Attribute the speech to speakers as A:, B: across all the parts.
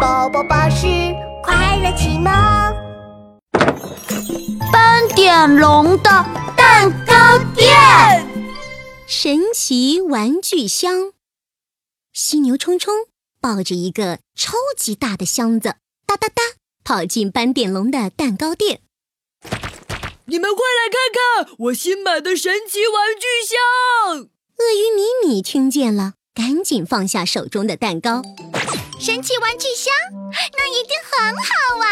A: 宝宝巴士快乐启蒙，
B: 斑点龙的蛋糕店，神奇玩具箱。犀牛冲冲抱着一个超级大的箱子，哒哒哒跑进斑点龙的蛋糕店。
C: 你们快来看看我新买的神奇玩具箱！
B: 鳄鱼米米听见了，赶紧放下手中的蛋糕。
D: 神奇玩具箱，那一定很好玩！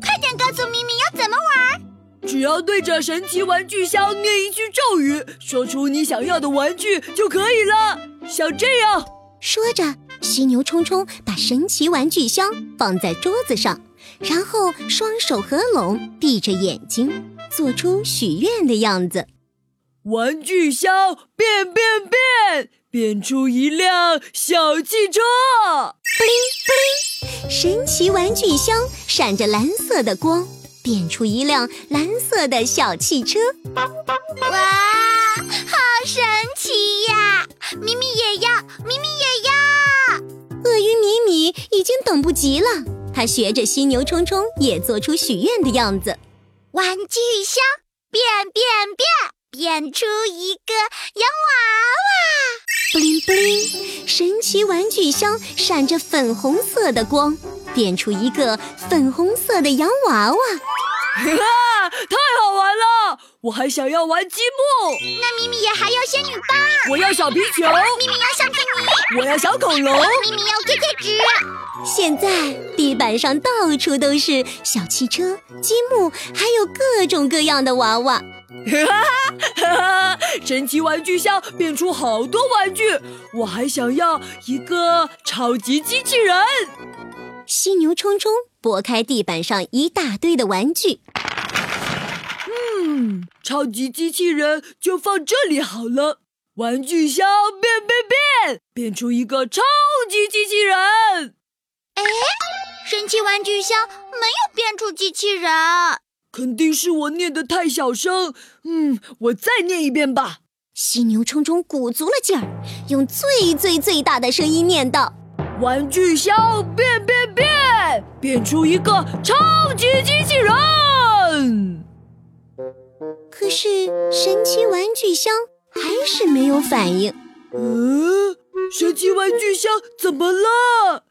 D: 快点告诉米米要怎么玩。
C: 只要对着神奇玩具箱念一句咒语，说出你想要的玩具就可以了。像这样，
B: 说着，犀牛冲冲把神奇玩具箱放在桌子上，然后双手合拢，闭着眼睛，做出许愿的样子。
C: 玩具箱变变变，变出一辆小汽车。
B: 布灵布灵，神奇玩具箱闪着蓝色的光，变出一辆蓝色的小汽车。
D: 哇，好神奇呀！米米也要，米米也要。
B: 鳄鱼米米已经等不及了，它学着犀牛冲冲也做出许愿的样子。
D: 玩具箱变变变，变出一个洋娃
B: 娃。布灵布灵。神奇玩具箱闪着粉红色的光，变出一个粉红色的洋娃娃。
C: 哈哈，太好玩了！我还想要玩积木。
D: 那咪咪也还要仙女棒。
C: 我要小皮球。
D: 咪咪要小肯尼。
C: 我要小恐龙。
D: 咪咪要贴贴纸。
B: 现在地板上到处都是小汽车、积木，还有各种各样的娃娃。
C: 哈哈哈！神奇玩具箱变出好多玩具，我还想要一个超级机器人。
B: 犀牛冲冲拨开地板上一大堆的玩具，
C: 嗯，超级机器人就放这里好了。玩具箱变变变，变出一个超级机器人。
D: 哎，神奇玩具箱没有变出机器人。
C: 肯定是我念得太小声，嗯，我再念一遍吧。
B: 犀牛冲冲鼓足了劲儿，用最最最大的声音念道：“
C: 玩具箱变变变，变出一个超级机器人。”
B: 可是神奇玩具箱还是没有反应。
C: 嗯，神奇玩具箱怎么了？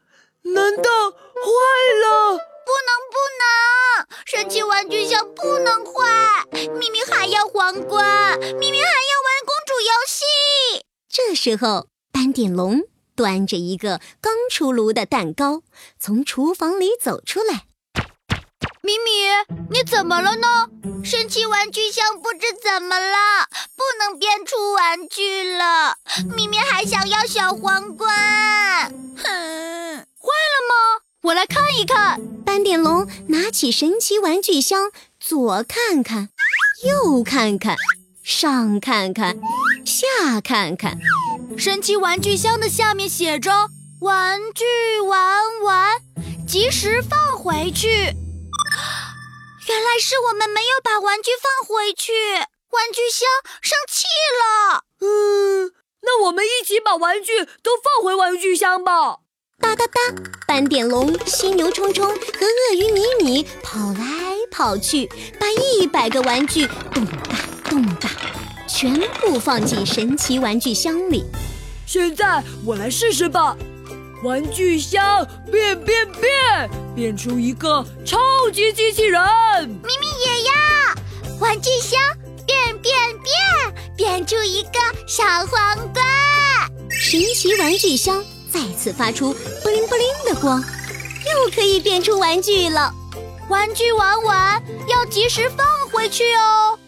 C: 难道坏了？
D: 不能不能！神奇玩具箱不能坏，咪咪还要皇冠，咪咪还要玩公主游戏。
B: 这时候，斑点龙端着一个刚出炉的蛋糕从厨房里走出来。
D: 咪咪，你怎么了呢？神奇玩具箱不知怎么了，不能变出玩具了。咪咪还想要小皇冠，哼，坏了吗？我来看一看，
B: 斑点龙拿起神奇玩具箱，左看看，右看看，上看看，下看看。
D: 神奇玩具箱的下面写着“玩具玩完，及时放回去”。 原来是我们没有把玩具放回去，玩具箱生气了。
C: 嗯，那我们一起把玩具都放回玩具箱吧。
B: 哒哒哒！斑点龙、犀牛冲冲和鳄鱼米米跑来跑去，把一百个玩具咚哒咚哒，全部放进神奇玩具箱里。
C: 现在我来试试吧！玩具箱变变变，变出一个超级机器人。
D: 咪咪也要！玩具箱变变变，变出一个小皇冠。
B: 神奇玩具箱。再次发出布灵布灵的光，又可以变出玩具了。
D: 玩具玩完要及时放回去哦。